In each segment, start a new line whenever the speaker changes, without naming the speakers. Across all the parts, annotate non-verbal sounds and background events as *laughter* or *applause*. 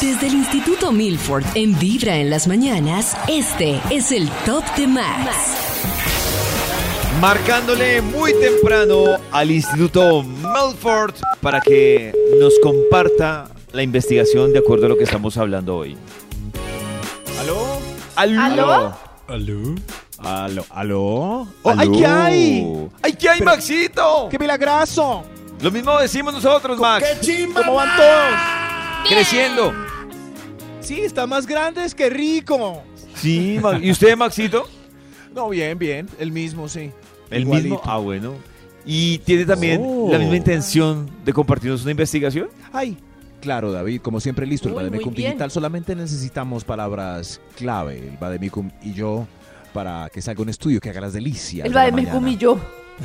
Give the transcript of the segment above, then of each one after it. Desde el Instituto Milford en Vibra en las mañanas, este es el Top de Max.
Marcándole muy temprano al Instituto Melford para que nos comparta la investigación de acuerdo a lo que estamos hablando hoy.
¿Aló?
¿Aló?
¿Aló?
¿Aló?
¿Aló?
¿Aló?
Oh, ¡Ay,
¿Aló?
qué hay! ¡Ay, qué hay, Maxito!
¡Qué milagrazo!
Lo mismo decimos nosotros, Max.
¡Qué chimba
¿Cómo van todos?
Creciendo.
Sí, están más grandes, qué rico.
Sí, Max. ¿Y usted, Maxito?
No, bien, bien, el mismo, sí.
El
Igualito.
mismo. Ah, bueno. ¿Y tiene también
Oh.
la misma intención de compartirnos una investigación?
Ay, claro, David, como siempre listo, el
Uy,
Bademecum
muy bien.
Digital solamente necesitamos palabras clave, el Bademecum y yo, para que salga un estudio que haga las delicias.
El
de la
Bademecum
mañana.
y yo.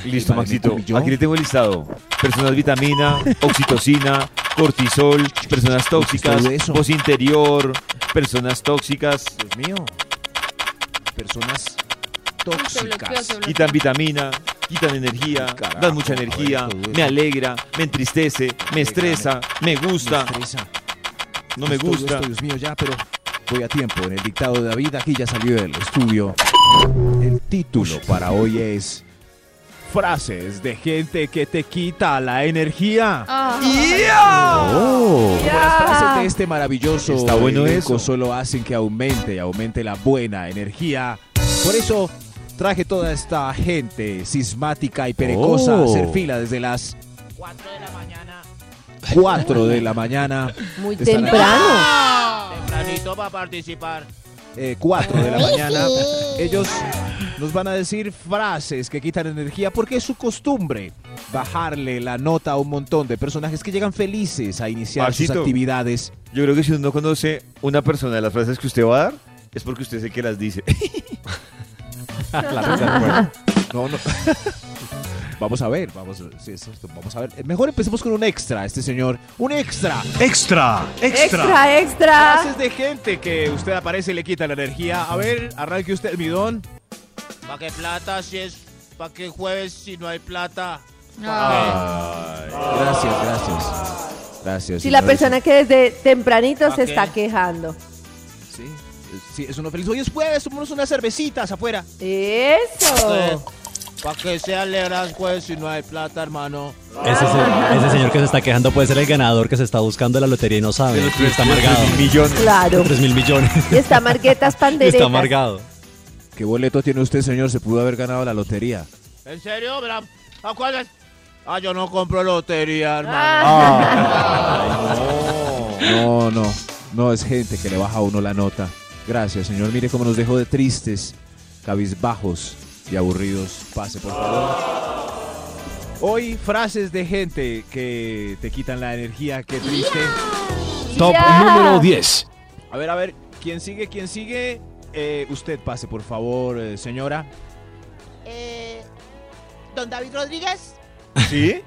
Listo,
Vale,
Maxito.
¿y yo?
Aquí le tengo el listado. Personas vitamina, oxitocina, cortisol, personas tóxicas,
todo eso.
voz interior, personas tóxicas,
Dios mío. Personas tóxicas.
quitan vitamina, quitan energía,
Carajo,
dan mucha
a ver,
energía,
todo eso.
me alegra, me entristece, me
Me
estresa, me gusta,
Me estresa.
no me
Estoy,
gusta.
estoy, Dios mío, ya, pero voy a tiempo. En el dictado de David, aquí ya salió el estudio. El título para hoy es Frases de gente que te quita la energía. Oh, las frases de este maravilloso
Está bueno
elenco
eso.
solo hacen que aumente y aumente la buena energía. Por eso traje toda esta gente sismática y perecosa a
Oh.
hacer fila desde las 4 de la mañana. 4 de la mañana.
Muy
Están ahí.
temprano.
Tempranito para participar.
eh, 4 de la mañana, ellos nos van a decir frases que quitan energía porque es su costumbre bajarle la nota a un montón de personajes que llegan felices a iniciar sus
Maxito.
actividades.
Yo creo que si uno no conoce una persona de las frases que usted va a dar, es porque usted sé que las dice.
No, *laughs* no. vamos a ver, vamos, a- sí, es esto, vamos a ver. Eh, Mejor empecemos con un extra, este señor. Un extra.
Extra, extra.
Extra, extra.
Frases de gente que usted aparece y le quita la energía. A ver, arranque usted el midón.
¿Para qué plata si es? ¿Para qué jueves si no hay plata?
Gracias, gracias. Gracias.
Si la
señores.
persona que desde tempranito se
Ok.
está quejando.
Sí, eh, sí, es uno feliz. Hoy es jueves, tomémonos unas cervecitas afuera.
Eso.
¿Para qué se alegras jueves si no hay plata, hermano?
Ese, se- ese señor que se está quejando puede ser el ganador que se está buscando la lotería y no sabe.
*laughs*
Y está amargado.
Millones.
Claro.
3 mil millones.
Y
*laughs*
está Marguetas
Y
Panderetas.
está amargado.
¿Qué boleto tiene usted, señor? Se pudo haber ganado la lotería.
¿En serio? ¿Verdad? ¿A cuál es? Ah, yo no compro lotería, hermano.
Ah,
No, no. No es gente que le baja a uno la nota. Gracias, señor. Mire cómo nos dejó de tristes, cabizbajos y aburridos. Pase, por favor. Hoy, frases de gente que te quitan la energía. Qué triste.
Top
ya.
número 10.
A ver, a ver. ¿Quién sigue? ¿Quién sigue? Eh, usted pase, por favor, eh, señora.
Eh, don David Rodríguez,
¿Sí?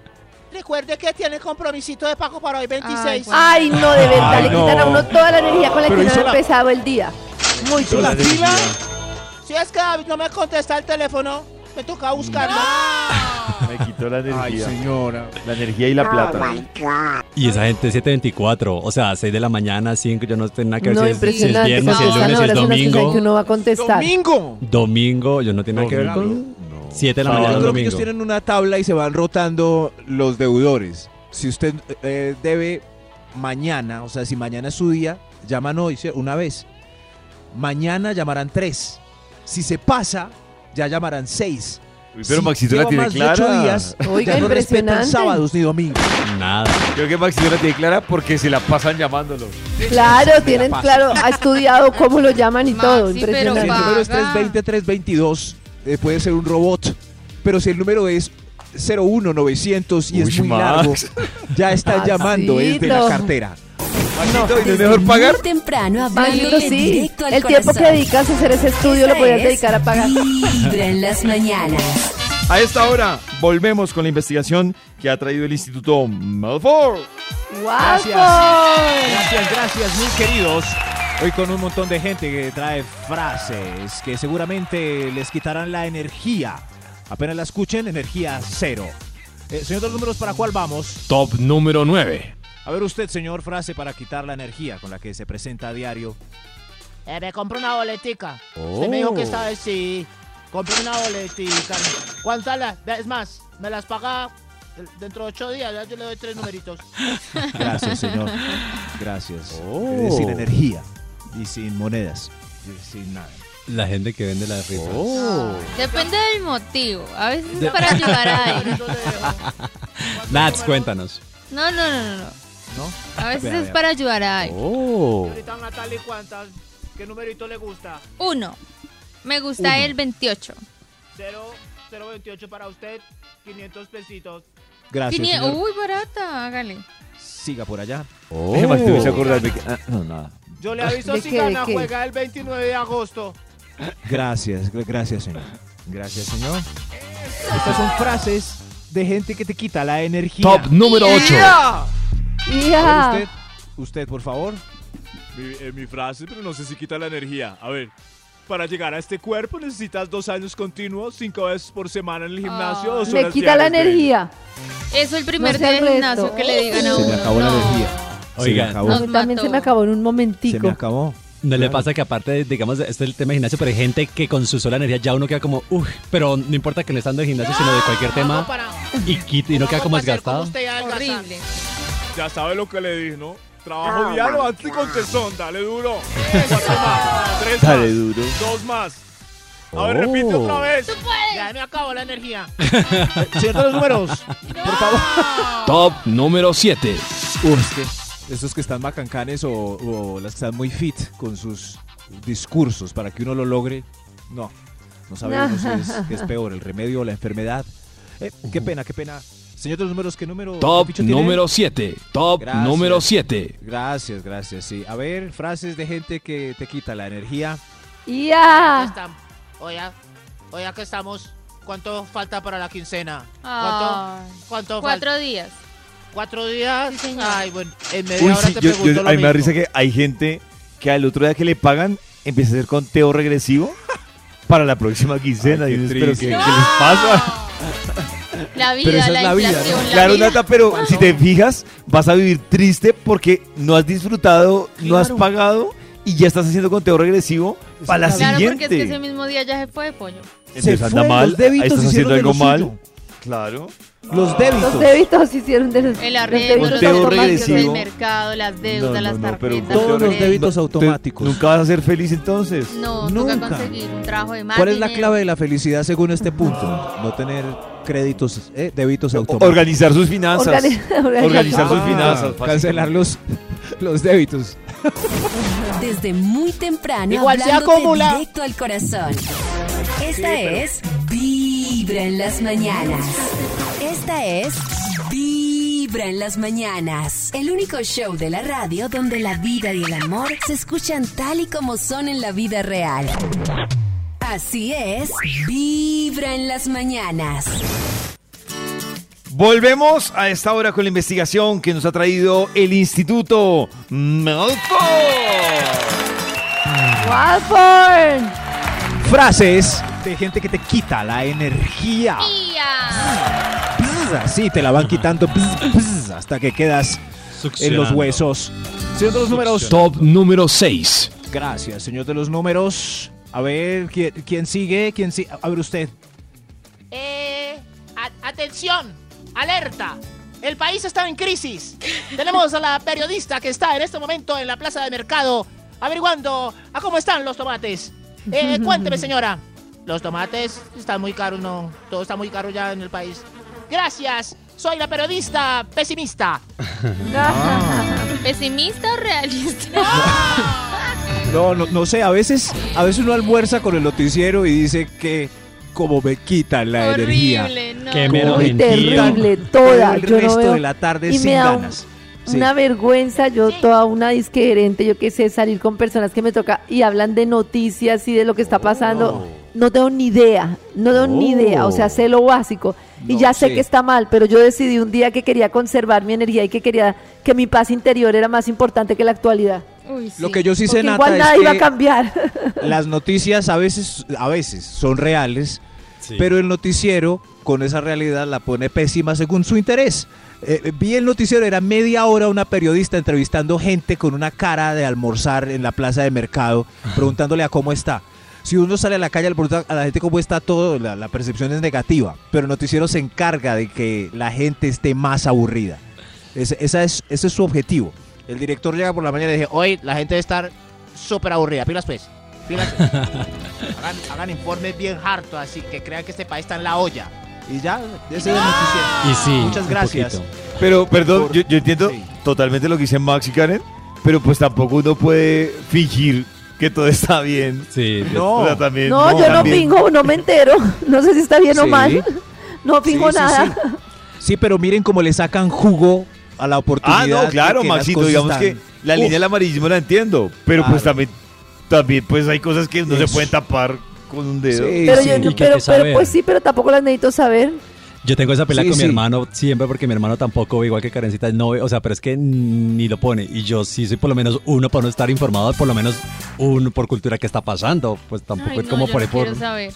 recuerde que tiene compromisito de pago para hoy 26.
Ay, no, de verdad.
Ay,
le quitan a
no.
uno toda la energía con la
Pero
que uno
hizo
ha
la-
empezado el día.
muy
Toda la energía.
Si es que David no me contesta el teléfono, me toca buscarlo.
Me quitó la energía.
señora.
La energía y la plata.
Y esa gente 724. O sea, 6 de la mañana, 5. Ya no tiene nada que ver
No,
si, es, si es
impresionante.
viernes, si
porque
es
están
lunes, si es
horas en las que saben que
domingo.
uno va a contestar.
¡Domingo!
Domingo. Yo no tiene nada que ver con 7 de la
No,
Yo creo
mañana. un
que
domingo.
ellos tienen una tabla y se van rotando los deudores. Si usted eh, debe mañana, o sea, si mañana es su día, llaman hoy ¿sí? una vez. Mañana llamarán tres. Si se pasa, ya llamarán seis.
Uy, pero
Si
Maxito la
lleva
tiene
más de
clara.
ocho días,
*laughs* Oiga,
ya no respetan
impresionante.
sábados ni domingos.
Nada.
Creo que Maxito la tiene clara porque se la pasan llamándolo.
Claro, tienen,
paso.
claro, ha estudiado cómo lo llaman y
Maxi,
todo.
pero
Si el
Impresionante.
va.
número es
Paga.
320-322, eh, puede ser un robot. Pero si el número es 01900 y es
Uy,
muy
Max.
*laughs*
largo, ya están llamando desde la
Maxito.
cartera.
Maxito, ¿y este no es
Desde
mejor
muy
pagar?
temprano
Maxito,
hablándole
sí.
directo al
El tiempo que
corazón.
dedicas a hacer ese estudio lo
Esta
podías
es
dedicar a pagar.
Vibra en las mañanas.
A esta hora volvemos con la investigación que ha traído el Instituto Malfour.
¡Guapo!
Gracias, gracias, mis queridos. Hoy con un montón de gente que trae frases que seguramente les quitarán la energía. Apenas la escuchen, energía cero. Eh, señor de los números, ¿para cuál vamos?
Top número 9.
A ver usted, señor, frase para quitar la energía con la que se presenta a diario.
Eh, me compré una boletica. Usted me
Oh.
dijo que esta vez sí. Compré una boletica. ¿Cuántas las? Es más, me las paga dentro de ocho días. ya Yo le doy tres numeritos.
Oh.
Gracias, señor. Gracias.
Oh.
Eh, Sin energía y sin monedas. y sin nada.
La gente que vende las rifas.
Oh.
Depende del motivo. A veces es para ayudar a alguien.
Nats, cuéntanos.
No, no, no, no, no.
¿No?
A veces
Vea,
es
vea.
para ayudar a alguien.
Oh.
Señorita Natalie, ¿cuántas? ¿Qué numerito le gusta?
Uno. Me gusta el 28.
0, 028 para usted, 500 pesitos.
Gracias,
Quini-
Ah, señor.
Uy, barata, hágale.
Siga por allá.
Maxito,
Oh.
me hizo acordarme que- ah, no, nada.
Yo le aviso
Ah, ¿De
si
qué, de
gana,
qué?
juega el 29 de agosto.
Gracias, gr- gracias, señor. Gracias, señor. Estas son frases de gente que te quita la energía.
Top número 8.
A
¡Ya!
ver, usted, usted, por favor.
Mi, eh, mi frase, pero no sé si quita la energía. A ver. Para llegar a este cuerpo necesitas dos años continuos, cinco veces por semana en el gimnasio.
Ah.
dos
Me
horas
quita la
diarias de-
energía.
Eso el primer
No sea
día del
reto.
gimnasio que le digan a
Se
uno.
me acabó la
no.
energía.
Oigan,
se me
Nos
acabó.
A mí también
mató.
se me acabó en un
Se me
momentico.
acabó.
¿No le pasa que aparte, digamos, este es el tema de gimnasio, pero hay gente que con su sola energía ya uno queda como, uff, pero no importa que no estando de gimnasio, sino de cualquier
Ah,
tema, y, quit- y no queda como desgastado.
Horrible.
Ya sabe lo que le dije, ¿no? Trabajo diario antes con tesón, dale duro. Cuatro más, tres
Dale
más,
duro.
dos más. A
Oh.
ver, repite otra vez.
Ya me acabó la energía.
Señor de los números. Por favor.
Top número 7.
Uy, es que estos que están macancanes o, o las que están muy fit con sus discursos para que uno lo logre, no. No sabemos si es, qué es peor, el remedio o la enfermedad. Eh, qué pena, qué pena. Señor de los números, ¿qué número?
Top
qué ficha tiene?
número 7. Top
Gracias.
número 7.
Gracias, gracias, sí. A ver, frases de gente que te quita la energía.
Ah.
Ya
¡Ya!
estamos. Oiga, oiga que estamos. ¿Cuánto falta para la quincena?
Ay.
¿Cuánto? ¿Cuánto falta?
Ah. Cuatro días.
¿Cuatro días?
Sí, señor.
Ay, bueno, en media
Uy,
hora
sí,
te
yo, yo-
pregunto lo
a mí me da
mismo.
risa que hay gente que al otro día que le pagan empieza a hacer conteo regresivo para la próxima quincena.
Ay,
y
qué
dices, ¿pero
triste.
qué, qué les *laughs* pasa?
La
Pero
vida,
esa es
la,
la vida.
inflación,
¿no?
la
Claro,
vida.
Nata, pero si te fijas, vas a vivir triste porque no has disfrutado, no has pagado y ya estás haciendo conteo regresivo para la
Claro, porque
siguiente.
es que ese mismo día ya se fue de pollo.
Entonces
Se
anda
fue,
mal,
los débitos
ahí estás haciendo
hicieron de lo
algo mal.
suyo.
Claro.
Los débitos.
Los débitos hicieron de los
El
los
arreglo, los
débitos
Conteo
automáticos del
regresivo.
automáticos.
mercado, las deudas,
No, no,
las
no, pero
tarjetas.
todos
los
los
créditos.
débitos
Te-
automáticos.
Nunca vas a ser feliz entonces.
No, nunca
Nunca.
conseguir un trabajo de más
¿Cuál es la
dinero.
clave de la felicidad según este punto? No tener créditos, eh, débitos automáticos.
Organizar sus finanzas. *laughs* Organizar sus
Ah,
finanzas.
Cancelar los, los débitos.
Desde muy temprano
Igual se
hablándote
acumula.
directo al corazón. Esta es Vibra en las mañanas. Esta es Vibra en las mañanas. El único show de la radio donde la vida y el amor se escuchan tal y como son en la vida real. Así es, Vibra en las mañanas.
Volvemos a esta hora con la investigación que nos ha traído el Instituto Malfoy.
¡Walford!
Frases de gente que te quita la energía.
Tía.
Pss, Así te la van quitando pss, pss, hasta que quedas en los huesos. Señor de los números.
Top número 6.
Gracias, señor de los números. A ver, ¿quién, quién sigue? ¿Quién sigue? A ver usted.
Eh, a- atención, alerta. El país está en crisis. Tenemos a la periodista que está en este momento en la plaza de mercado averiguando a cómo están los tomates. Eh, cuénteme, señora. Los tomates están muy caros, no. Todo está muy caro ya en el país. Gracias. Soy la periodista pesimista.
¿Pesimista o realista?
No, no, no sé, a veces, a veces uno almuerza con el noticiero y dice que como me quitan la energía.
Horrible, no.
Qué
Como
mero
me
Muy
gentío.
quitan
terrible toda.
El
Yo no
resto
veo.
de la tarde
y
sin
me da un-
ganas. Sí.
Una vergüenza, yo
Sí.
toda una disquerente, yo qué sé, salir con personas que me toca y hablan de noticias y de lo que está pasando. No tengo ni idea, no tengo ni idea, o sea, sé lo básico. y
No,
ya sé
sí.
que está mal, pero yo decidí un día que quería conservar mi energía y que quería que mi paz interior era más importante que la actualidad.
Uy, sí.
Lo que yo sí sé,
Porque
Nata,
igual
es
nada iba a
que
*laughs* cambiar.
las noticias a veces, a veces son reales,
Sí.
pero el noticiero con esa realidad la pone pésima según su interés. Eh, vi el noticiero, era media hora una periodista entrevistando gente con una cara de almorzar en la plaza de mercado, preguntándole a cómo está. Si uno sale a la calle le pregunta a la gente cómo está todo, la, la percepción es negativa, pero el noticiero se encarga de que la gente esté más aburrida. Ese, esa es, ese es su objetivo.
El director llega por la mañana y dice, hoy la gente debe estar súper aburrida. Pilas pues. Pilas pues. hagan, hagan informes bien harto, así que crean que este país está en la olla.
Y ya, ese es el noticiero.
Y sí.
Muchas
un
gracias.
poquito.
Pero, perdón, yo, yo entiendo
sí.
totalmente lo que dicen Max y Karen, pero pues tampoco uno puede fingir que todo *laughs* está bien.
Sí.
O sea, también,
*laughs* No, yo no
también.
pingo, no me entero. *laughs* No sé si está bien o
Eh, Sí.
mal. *laughs* No
Sí,
pingo
sí,
nada.
Sí. Sí, pero miren cómo le sacan jugo a la oportunidad.
Ah, no, claro,
de que las
Maxito,
cosas
digamos que
están-
la
Uf,
línea del amarillismo la entiendo, pero pues
Claro.
también, también pues hay cosas que no se
Eso.
pueden tapar con un dedo.
Sí,
Pero
sí.
yo
y
no-
que
pero,
te
pero
saber.
pues sí, pero tampoco las necesito saber.
Yo tengo esa pelea
Sí,
con
sí.
mi hermano siempre porque mi hermano tampoco ve igual que Karencita no ve, o sea, pero es que ni lo pone y yo sí soy por lo menos uno para no estar informado, por lo menos uno por cultura que está pasando, pues tampoco
Ay,
es
no,
como
yo
por
no
por
quiero saber.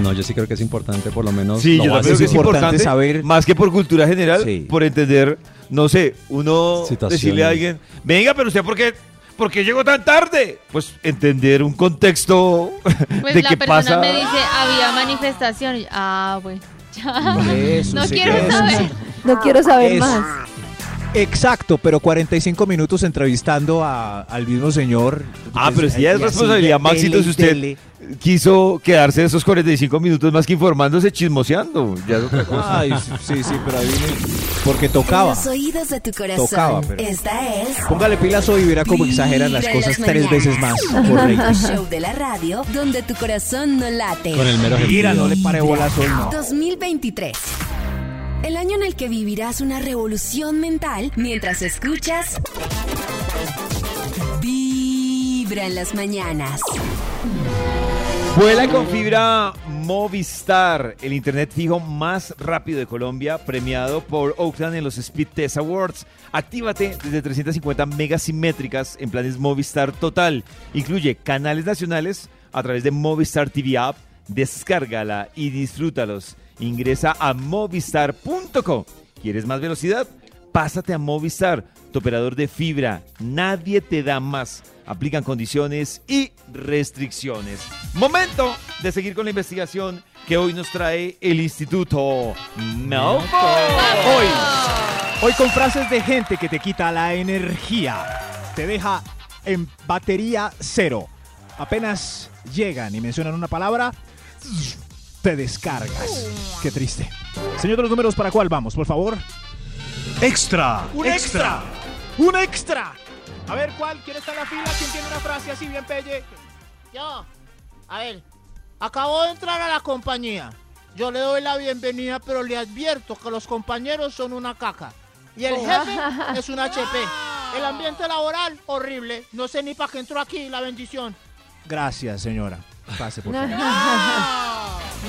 No, yo sí creo que es importante por lo menos
Sí,
lo
yo también creo
básico.
que es
importante
importante
saber-
saber. Más que por cultura general,
Sí.
por entender, no sé, uno
Situaciones.
decirle a alguien, venga, pero usted, ¿por qué, por qué llegó tan tarde? Pues entender un contexto
Pues
de
la
qué
persona
pasa.
me dice, había manifestación. Y yo, Ah, bueno. Ya.
Eso,
No
sí,
quiero
eso,
saber.
sí.
No
Ah,
quiero saber
Eso.
*laughs*
más.
Exacto, pero 45 minutos entrevistando a- al mismo señor.
Ah,
Pues,
pero si
y
ya es
así,
responsabilidad,
de
Maxito,
tele,
si usted
tele.
quiso quedarse esos 45 minutos más que informándose, chismoseando. Ya es otra cosa.
Ay, sí, sí, pero adivine. Porque tocaba.
oídos de tu corazón.
Tocaba, pero-
Esta es.
Póngale pilas hoy y verá cómo exageran las
Vibra en
cosas
las
tres
mañanas.
veces más.
El único
Correcto.
*laughs* show de la radio donde tu corazón no late.
Con el mero
Mira,
ejemplo.
no le pare bolas hoy, no.
2023. El año en el que vivirás una revolución mental mientras escuchas. Vibra en las mañanas.
Vuela con fibra Movistar, el internet fijo más rápido de Colombia, premiado por Oakland en los Speed Test Awards. Actívate desde 350 megas simétricas en planes Movistar Total. Incluye canales nacionales a través de Movistar TV App. Descárgala y disfrútalos. Ingresa a movistar.com. ¿Quieres más velocidad? Pásate a Movistar, tu operador de fibra. Nadie te da más. Aplican condiciones y restricciones. Momento de seguir con la investigación que hoy nos trae el Instituto Melford.
Hoy, hoy con frases de gente que te quita la energía, te deja en batería cero. Apenas llegan y mencionan una palabra, te descargas. Qué triste. Señor de los números, ¿para cuál vamos, por favor?
¡Extra!
¡Un extra! ¡Un extra! A ver, ¿cuál? ¿Quién está en la fila? ¿Quién tiene una frase así bien pelle? Yo. A ver, acabo de entrar a la compañía. Yo le doy la bienvenida, pero le advierto que los compañeros son una caca. Y el jefe es un HP. El ambiente laboral, horrible. No sé ni para qué entró aquí, la bendición.
Gracias, señora. Pase, por favor.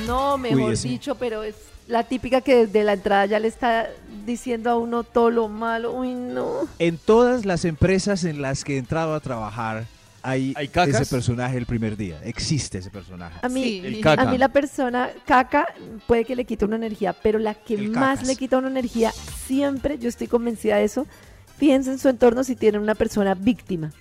No, mejor
ese.
dicho, pero es la típica que desde la entrada ya le está diciendo a uno todo lo malo. Uy, no.
En todas las empresas en las que he entrado a trabajar, hay,
¿Hay cacas?
ese personaje el primer día. Existe ese personaje.
A mí,
Ah, Sí.
El
sí.
caca.
a mí la persona caca puede que le quite una energía, pero la que
El
más
cacas.
le quita una energía siempre, yo estoy convencida de eso, fíjense en su entorno si tienen una persona víctima.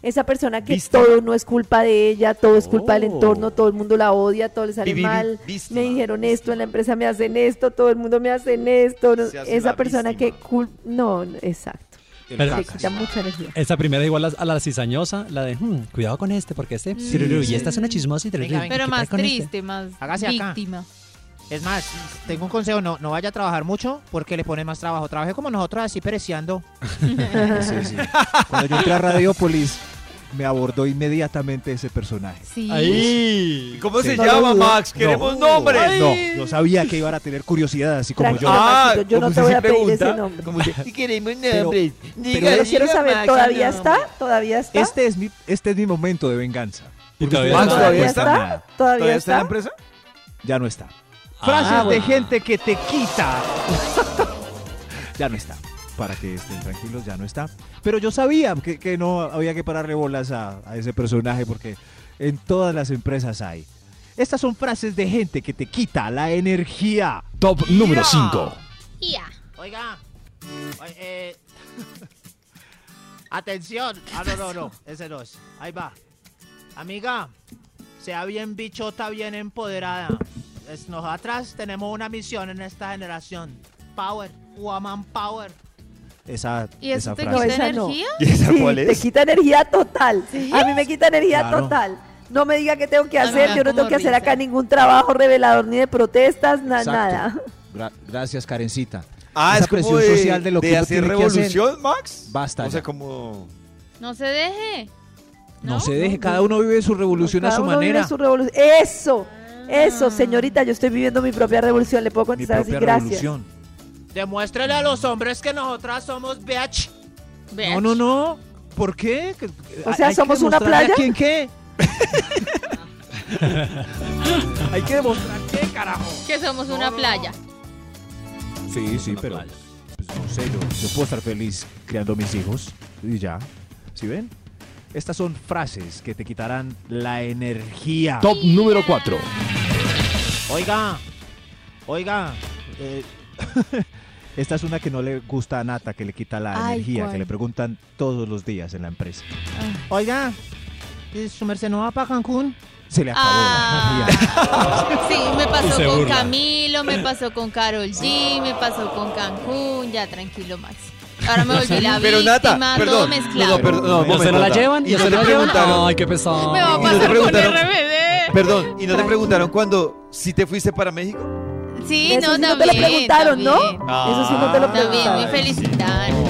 Esa persona que
Víctima.
todo no es culpa de ella, todo es culpa del
Oh.
entorno, todo el mundo la odia, todo le sale
Vi- vi- vi-
mal.
víctima.
Me dijeron esto, en la empresa me hacen esto, todo el mundo me hacen esto. no-
Se hace
esa
la
persona
víctima.
que cul- no, no, exacto.
El
Pero-
Le
cacas.
quita mucha energía.
Esta primera es igual a, a la cizañosa, la de "Hmm, cuidado con este porque
Mm,
este tururú, y esta es una chismosa y tururú,
Venga, venga.
¿qué tal
Pero más
con este?".
triste, más
Hágase acá.
víctima.
Es más, tengo un consejo, no, no vaya a trabajar mucho porque le pone más trabajo. Trabaje como nosotros así pereciando.
*laughs* Sí, sí. Cuando yo entré a Radiopolis, me abordó inmediatamente ese personaje.
Sí.
Ahí.
¿Cómo
Sí.
se
No
llama,
lo dudo.
Max?
No.
Queremos nombres.
No, yo sabía que iban a tener curiosidad, así como
Tranquilo,
yo.
Ah,
Maxito, yo no
como
te
usted
voy a
sí
pedir ese
pregunta,
nombre.
como usted, "Sí queremos
Pero-
nombres. Diga,
Pero
diga,
quiero saber,
Max,
¿todavía
el
está? ¿Todavía está?
Este es mi, este es mi momento de venganza.
Y todavía
Max,
está.
todavía
¿Todavía
está?
está?
¿Todavía
¿Todavía
está en la empresa?
está?
Ya no está.
Ah,
Frases de
bueno.
gente que te quita. *laughs* ya no está. Para que estén tranquilos, ya no está. Pero yo sabía que, que no había que pararle bolas a, a ese personaje porque en todas las empresas hay. Estas son frases de gente que te quita la energía.
Top número 5.
Ya.
Oiga. oye, eh, *laughs* Atención. Ah, no, no, no. Ese no es. Ahí va. Amiga, sea bien bichota, bien empoderada. Es- nosotras tenemos una misión en esta generación. Power. Woman Power.
Esa,
¿Y eso
esa
te
frase.
quita
esa no.
energía?
¿Y esa *laughs*
Sí,
cuál
te
es?
quita energía total. A mí me quita energía
Claro.
total. No me diga qué tengo que
Ah, No, no,
hacer,
no,
yo no
como
tengo que hacer
risa.
acá ningún trabajo revelador ni de protestas, na-
Exacto.
nada.
Gra- gracias, Karencita.
Ah,
esa
es como
presión
de,
social de lo
de
que uno
hacer
tiene que hacer.
revolución, Max.
Basta
O sea,
ya.
como...
No se deje.
No,
¿No?
se deje, cada uno vive su revolución
Cada
a su
uno vive
manera.
su revolución. Eso, eso, señorita, yo estoy viviendo mi propia revolución. Le puedo
Mi
contestar así,
propia
gracias.
revolución.
Demuéstrele a los hombres que nosotras somos bitch.
Vea.
No, no, no. ¿Por qué? Que-
O
hay-
sea,
hay que
¿somos una
demostrarle
playa?
¿A quién *laughs* qué? hay que demostrar qué, carajo.
Que somos una playa.
Sí, sí, pero pues, no sé, yo, yo puedo estar feliz criando a mis hijos y ya. ¿Sí ven? Estas son frases que te quitarán la energía.
Top número 4.
Oiga. Oiga.
Eh, Esta es una que no le gusta a Nata, que le quita la
Ay,
energía, que
¿cuál?
le preguntan todos los días en la empresa.
Oiga. ¿y ¿Su merced no va para Cancún?
Se le acabó la
Ah.
energía.
Sí, me
Y
pasó
se
con
burla.
Camilo, me pasó con Carol G, me pasó con Cancún. Ya, tranquilo, Max. Ahora me volví la
Pero
víctima,
Nata,
todo
perdón.
mezclado.
No, no, perdón, no, un
¿Y a usted
momento,
no la
Nata.
llevan?
Y
¿Y a
no
usted
te
no la llevan?
preguntaron.
Ay, qué pesado.
me va a
¿Y no te
pasar con
preguntaron?
RBD.
Perdón, ¿y no te preguntaron cuándo si te fuiste para México?
Sí,
Eso
no,
sí
también,
no te lo preguntaron, ¿no?
también. Ah,
Eso sí no te lo
También
preguntaron.
me felicitaron.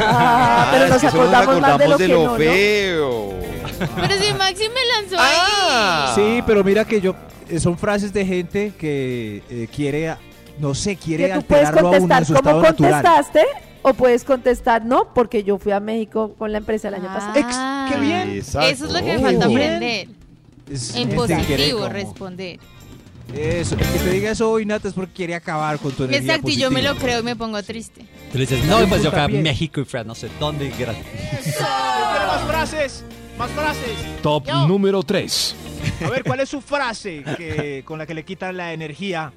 Ah, pero
es
nos
que solo
acordamos más de lo
acordamos
que
de lo
no, ¿no?
feo.
Pero si Maxi me lanzó
Ah.
Sí, pero mira que yo eh, son frases de gente que eh, quiere, a- no sé, quiere
Que tú puedes
alterarlo a uno en
contestar
su
cómo
estado natural.
contestaste o puedes contestar no, porque yo fui a México con la empresa el año pasado.
Ah.
Ex, qué bien.
Exacto.
Eso es lo que me
Oh.
falta
Bien.
aprender.
Es
En
gente que quiere
positivo
como-
responder.
Eso, el que te diga eso hoy, Nata, es porque quiere acabar con tu energía
Exacto, y yo me
positiva.
lo creo y me pongo triste.
Tú le dices, no, pues yo acá
Puntapié.
en México y Fred, no sé dónde. y gra-
Espera, más frases. Más frases.
Top
Yo.
número 3.
A ver, ¿cuál es su frase que, con la que le quitan la energía?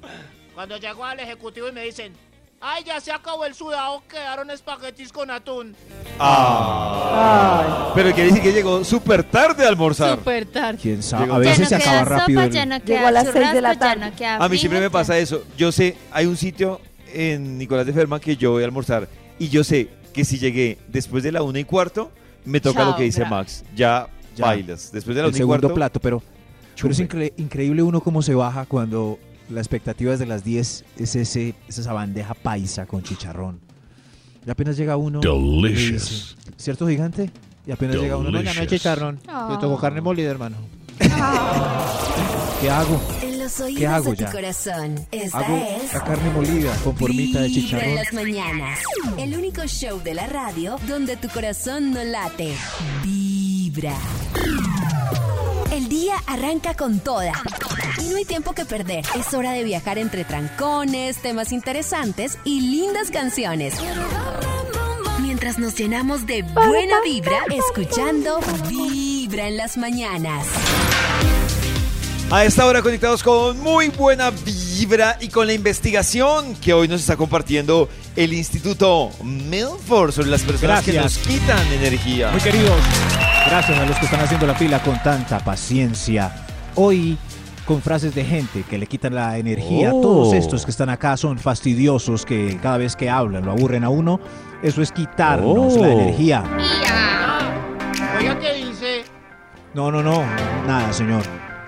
Cuando llego al ejecutivo y me dicen, ay, ya se acabó el sudado, quedaron espaguetis con atún.
Ay,
Pero quiere decir que llegó súper tarde a almorzar.
Súper tarde.
¿Quién sabe?
Llegó
A
Ya
veces
no
se
queda
acaba rápido.
sopa,
el-
ya no
Llegó a
queda
las seis de
churrasco,
la
ya
tarde.
no queda
A mí siempre me
frijol,
pasa eso. Yo sé, hay un sitio en Nicolás de Ferma que yo voy a almorzar y yo sé que si llegué después de la una y cuarto, me toca
Chao,
lo que dice
gra-
Max. Ya,
Ya.
bailas. Después de la
el
una y
segundo
cuarto,
plato, pero, pero es
chupe.
incre- increíble uno cómo se baja cuando la expectativa es de las 10, es, ese, es esa bandeja paisa con chicharrón. Y apenas llega uno. y
Delicious.
dice, ¿Cierto, gigante? Y apenas llega uno. No, no, no hay
Delicious.
chicharrón.
Ah.
Yo tengo carne molida, hermano. ¿Qué hago?
En los
¿Qué
oídos
hago
de tu
ya?
corazón, esta
Hago
es...
la carne molida con formita de
Vibra en
chicharrón.
las mañanas. El único show de la radio donde tu corazón no late. Vibra. El día arranca con toda. Y no hay tiempo que perder. Es hora de viajar entre trancones, temas interesantes y lindas canciones. Mientras nos llenamos de buena vibra, escuchando Vibra en las mañanas.
A esta hora conectados con muy buena vibra y con la investigación que hoy nos está compartiendo el Instituto Milford sobre las personas
Gracias.
que nos quitan energía.
Muy queridos, gracias a los que están haciendo la fila con tanta paciencia. Hoy, con frases de gente que le quitan la energía.
Oh.
Todos estos que están acá son fastidiosos, que cada vez que hablan lo aburren a uno. Eso es quitarnos
Oh.
la energía.
Oiga, ¿qué dice?
No, no, no, nada, señor.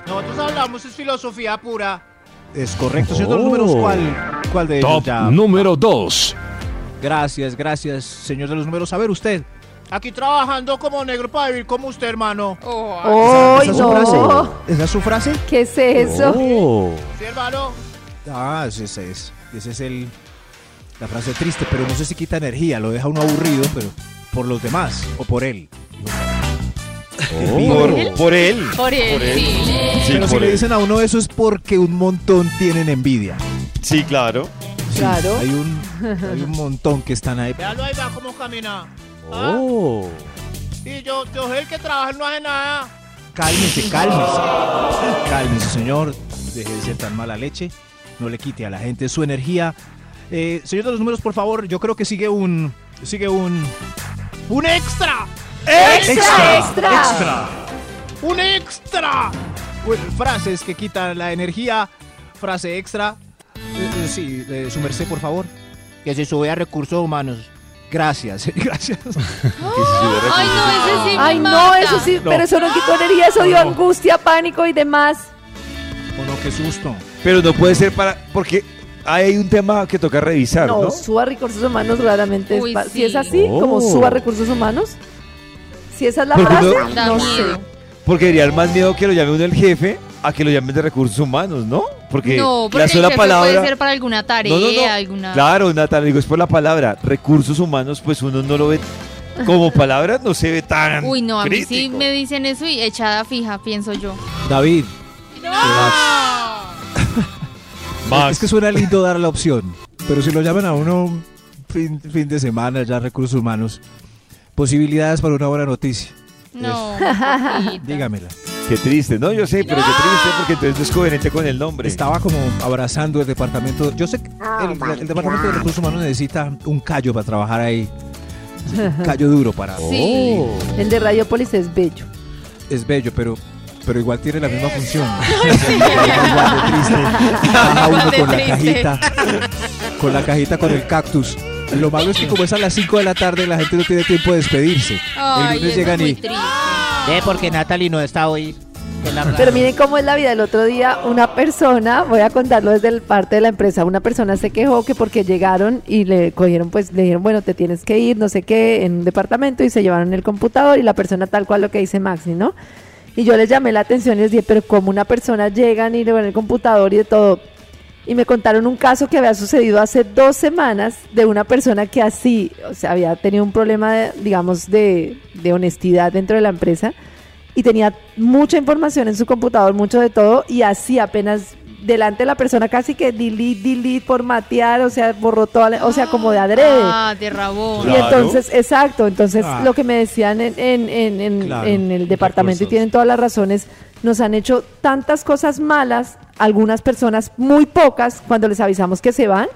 Nosotros hablamos, es filosofía pura.
Es correcto, señor.
Oh.
Los números, ¿cuál, cuál de ellos
Top
ya?
número 2.
Gracias, gracias, señor de los números. A ver, usted,
Aquí trabajando como negro para vivir como usted, hermano.
Ah, Oh,
Oh, ¡Ay,
es su frase?
no!
¿Esa es su frase?
¿Qué es eso?
Oh.
Sí, hermano.
Ah, ese ese es. Ese es el, la frase triste, pero no sé si quita energía, lo deja uno aburrido, pero por los demás o por él.
Por, por él.
Por él, sí.
pero si le dicen a uno eso es porque un montón tienen envidia.
Sí, claro.
Sí,
Claro.
Hay un, hay un montón que están ahí.
Véalo ahí, va cómo camina. ¿Ah?
Oh.
Y yo, yo soy el que trabaja, no hace nada.
Cálmese, cálmese. Cálmese, señor. Deje de ser tan mala leche. No le quite a la gente su energía. Eh, señor de los números, por favor, yo creo que sigue un. Sigue un.
¡Un extra!
¡Extra, extra!
¡Un extra!
Bueno, Pues, frases que quitan la energía. Frase extra. Eh, eh, sí, eh, su merced, por favor.
Que se sube a recursos humanos.
Gracias, *laughs* gracias.
Ay, no, ese sí. me
Ay, no,
mata.
eso sí, pero eso no quitó energía, eso dio angustia, pánico y demás.
Oh, no, qué susto.
Pero no puede ser para. Porque hay un tema que toca revisar, ¿no?
No, suba recursos humanos raramente. es
Uy,
pa-
sí.
Si es así,
Oh.
como suba recursos humanos, si esa es la
Pero
frase,
no-
Da
no
miedo.
sé.
Porque diría el más miedo que lo llame uno el jefe a que lo llamen de recursos humanos, ¿no? Porque,
No, porque
la sola
el jefe
palabra.
puede ser para alguna tarea,
No, no, no.
alguna.
Claro, Natalia, digo, es por la palabra. Recursos humanos, pues uno no lo ve
*laughs*
como palabra, no se ve tan.
Uy, no, a mí sí
crítico.
me dicen eso y echada fija, pienso yo.
David,
Max.
es que suena lindo dar la opción, pero si lo llaman a uno fin, fin de semana, ya recursos humanos, posibilidades para una buena noticia.
No. poquita.
Dígamela.
Qué triste, ¿no? Yo sé, pero qué triste porque entonces no es coherente con el nombre.
Estaba como abrazando el departamento. Yo sé que
Ah,
el, el departamento de recursos humanos necesita un callo para trabajar ahí. Un callo duro para.
*laughs*
Oh.
Sí.
Oh.
El de Radiopolis es bello.
Es bello, pero. Pero igual tiene la
Eh.
misma
*laughs*
función. Igual de triste. Baja uno con
*laughs*
la cajita. Con la cajita con el cactus. Lo malo es que como es a las 5 de la tarde, la gente no tiene tiempo de despedirse.
Ay,
el lunes
eso es
llegan
muy
y.
triste.
De porque Natalie no está hoy.
Pero miren cómo es la vida. El otro día una persona, voy a contarlo desde el parte de la empresa, una persona se quejó que porque llegaron y le cogieron, pues le dijeron, bueno, te tienes que ir, no sé qué, en un departamento y se llevaron el computador y la persona tal cual lo que dice Maxi, ¿no? Y yo les llamé la atención y les dije, pero como una persona llegan y le ven el computador y de todo. Y me contaron un caso que había sucedido hace dos semanas de una persona que así, o sea, había tenido un problema, de, digamos, de, de honestidad dentro de la empresa y tenía mucha información en su computador, mucho de todo, y así apenas delante de la persona casi que delete, delete, formatear, o sea, borró toda, la- o sea, como de adrede.
Ah, de rabón.
Y entonces, exacto, entonces
Ah.
lo que me decían en, en- en- en-
Claro,
en el departamento, y
recursos.
tienen todas las razones, nos han hecho tantas cosas malas, algunas personas, muy pocas, cuando les avisamos que se van,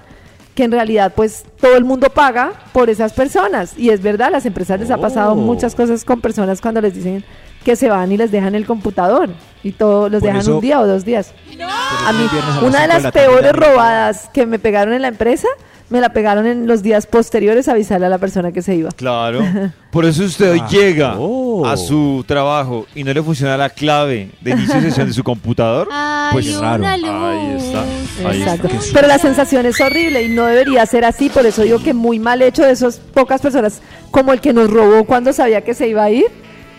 que en realidad pues todo el mundo paga por esas personas. Y es verdad, las empresas les ha
Oh.
pasado muchas cosas con personas cuando les dicen que se van y les dejan el computador y todo, los
Por
dejan
eso-
un día o dos días. A mí,
El viernes a
una de
cinco
las
la tarde
peores
también.
robadas que me pegaron en la empresa, me la pegaron en los días posteriores a avisarle a la persona que se iba.
Claro. Por eso usted hoy llega
Oh.
a su trabajo y no le funciona la clave de inicio de sesión de su computador.
Ay,
Pues
una
raro.
luz.
Ahí está. Ahí
Exacto.
Qué susto.
Pero la sensación es horrible y no debería ser así, por eso digo que muy mal hecho de esas pocas personas, como el que nos robó cuando sabía que se iba a ir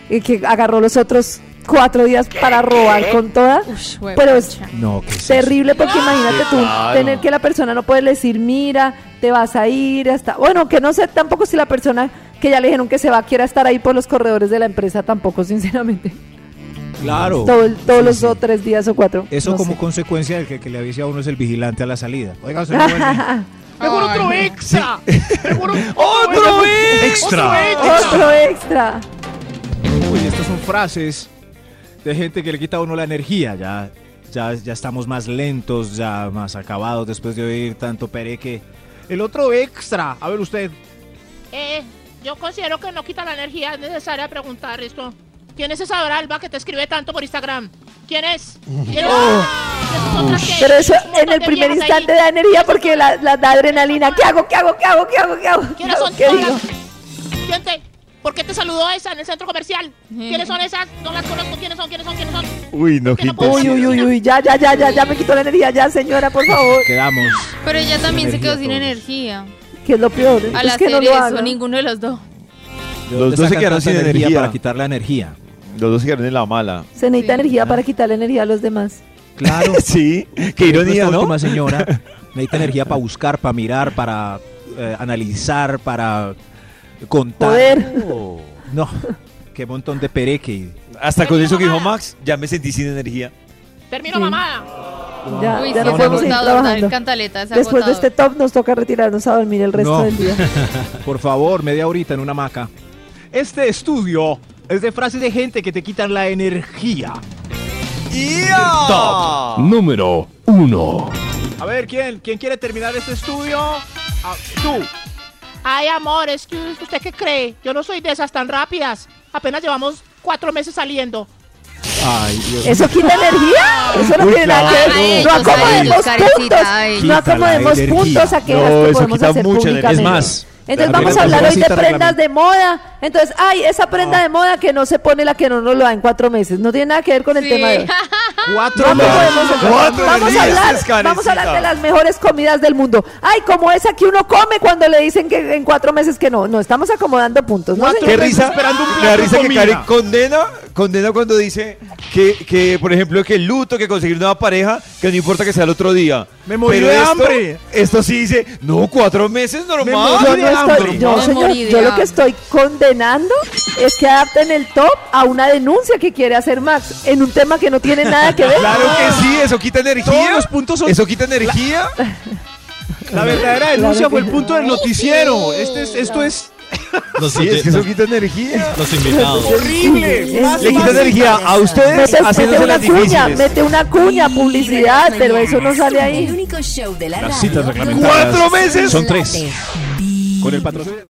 y que agarró los otros cuatro días para robar con toda.
Ush, huevo,
Pero es
cha.
No, que
terrible porque imagínate tú
claro.
tener que la persona no puede decir, mira, te vas a ir, hasta... Bueno, que no sé tampoco si la persona que ya le dijeron que se va quiera estar ahí por los corredores de la empresa, tampoco, sinceramente.
Claro.
Todo el-
Oh,
todos
Sí,
los
sí.
dos, tres días o cuatro.
Eso
no
como
sé.
consecuencia del que, que le avise a uno es el vigilante a la salida.
*laughs*
Oiga, usted no vuelve.
¡Seguro otro extra! ¡Seguro
¡Otro
Oh,
extra! ¡Otro extra!
Otro extra.
Uy, estas son frases de gente que le quita a uno la energía. Ya, ya, ya estamos más lentos, ya más acabados después de oír tanto pereque. El otro extra. A ver usted.
Eh, yo considero que no quita la energía, es necesaria preguntar esto. ¿Quién es esa Doralba que te escribe tanto por Instagram? ¿Quién es? ¿Quién
*laughs*
es?
Oh.
Esas otras que-
Pero eso
un montón
en el
de
primer
viejas ahí.
instante da energía porque la, la da adrenalina. ¿Qué hago? ¿Qué hago? ¿Qué hago? ¿Qué hago? ¿Qué hago? ¿Qué,
¿Quiénes son
digo?
todas? ¿Quién te- ¿Por qué te saludó esa en el centro comercial? ¿Quiénes son esas? No las conozco. ¿Quiénes son? ¿Quiénes son? ¿Quiénes son?
Uy, no, qué
Uy,
intensidad.
Uy, uy, uy, uy. Ya, ya, ya, ya, ya me quitó la energía. Ya, señora, por favor.
Quedamos.
Pero ella también se quedó sin
energía
energía.
Que es lo peor.
A
es
la
que no
serie
lo
eso,
hagan.
ninguno de los dos.
¿De
Los
dónde
dos se
sacan
quedaron
tanta
sin energía.
para quitar la energía.
Los dos se quedaron en la mala.
Se necesita
Sí.
energía para quitar la energía a los demás.
Claro.
*laughs* Sí, qué ironía,
Esta
¿no?
última señora
*laughs*
necesita energía para buscar, para mirar, para eh, analizar, para contar.
Poder.
No, qué montón de pereque.
Hasta con eso que dijo Max, ya me sentí sin energía.
Termino
Sí.
mamada.
Ya,
Uy, sí,
ya
es
no podemos seguir
agotador dar
trabajando.
cantaleta, es
Después de
agotador.
este top nos toca retirarnos a dormir el resto
No.
del día.
Por favor, media horita en una hamaca.
Este estudio es de frases de gente que te quitan la energía.
Top.
Número 1.
A ver, ¿quién, quién quiere terminar este estudio? Ah, tú.
Ay, amor, es que usted qué cree. Yo no soy de esas tan rápidas. Apenas llevamos cuatro meses saliendo.
Ay, Dios
¿Eso quita energía? Eso no
Uy,
tiene nada que
claro.
ver. No
Ay,
acomodemos
carecita,
puntos.
ay.
No
Quita la
acomodemos
energía.
puntos a quejas
No,
que
eso
podemos
quita
hacer
mucha energía.
públicamente.
Es más,
Entonces
la
vamos a
regla-
hablar hoy de
necesita
prendas
reglamento.
de moda. Entonces, ay, esa prenda de moda que no se pone la que no nos lo da en cuatro meses. No tiene nada que ver con el
Sí.
tema de hoy.
Cuatro
No
meses.
podemos entrar.
Cuatro
vamos a
felices,
hablar, vamos a hablar de
carecita.
las mejores comidas del mundo. Ay, como esa que uno come cuando le dicen que en cuatro meses que no. No, estamos acomodando puntos. ¿no,
Cuatro
señor?
Qué risa.
esperando un
Me
plato
da
de
risa que
comida.
Karen condena, condena cuando dice que, que, por ejemplo, que el luto, que conseguir nueva pareja, que no importa que sea el otro día.
Me morí de
esto-
hambre.
Esto sí dice, no, cuatro meses
Me
normal.
morí
Yo
de
no estoy,
hambre.
yo,
Me
señor,
morí de
yo lo que
hambre.
estoy condenando es que adapten el top a una denuncia que quiere hacer Max en un tema que no tiene nada que ver.
Claro que sí, eso quita
Ah.
energía.
Todos los puntos son-
Eso quita
*laughs*
energía.
La verdadera denuncia
Claro
fue el
que no.
punto del noticiero. Este es- esto es
Los,
Sí, es que
oyen-
eso quita energía.
los invitados.
horrible.
Es-
Más
Le quita
fácil.
energía a ustedes
Mete, mete
haciéndose
una
las
cuña,
difíciles.
mete una cuña, publicidad, pero eso no sale
El
ahí.
único show de la
Las
radio
citas
donde
reglamentarias
la
¡Cuatro meses!
late.
Son tres. Con el patrocinio.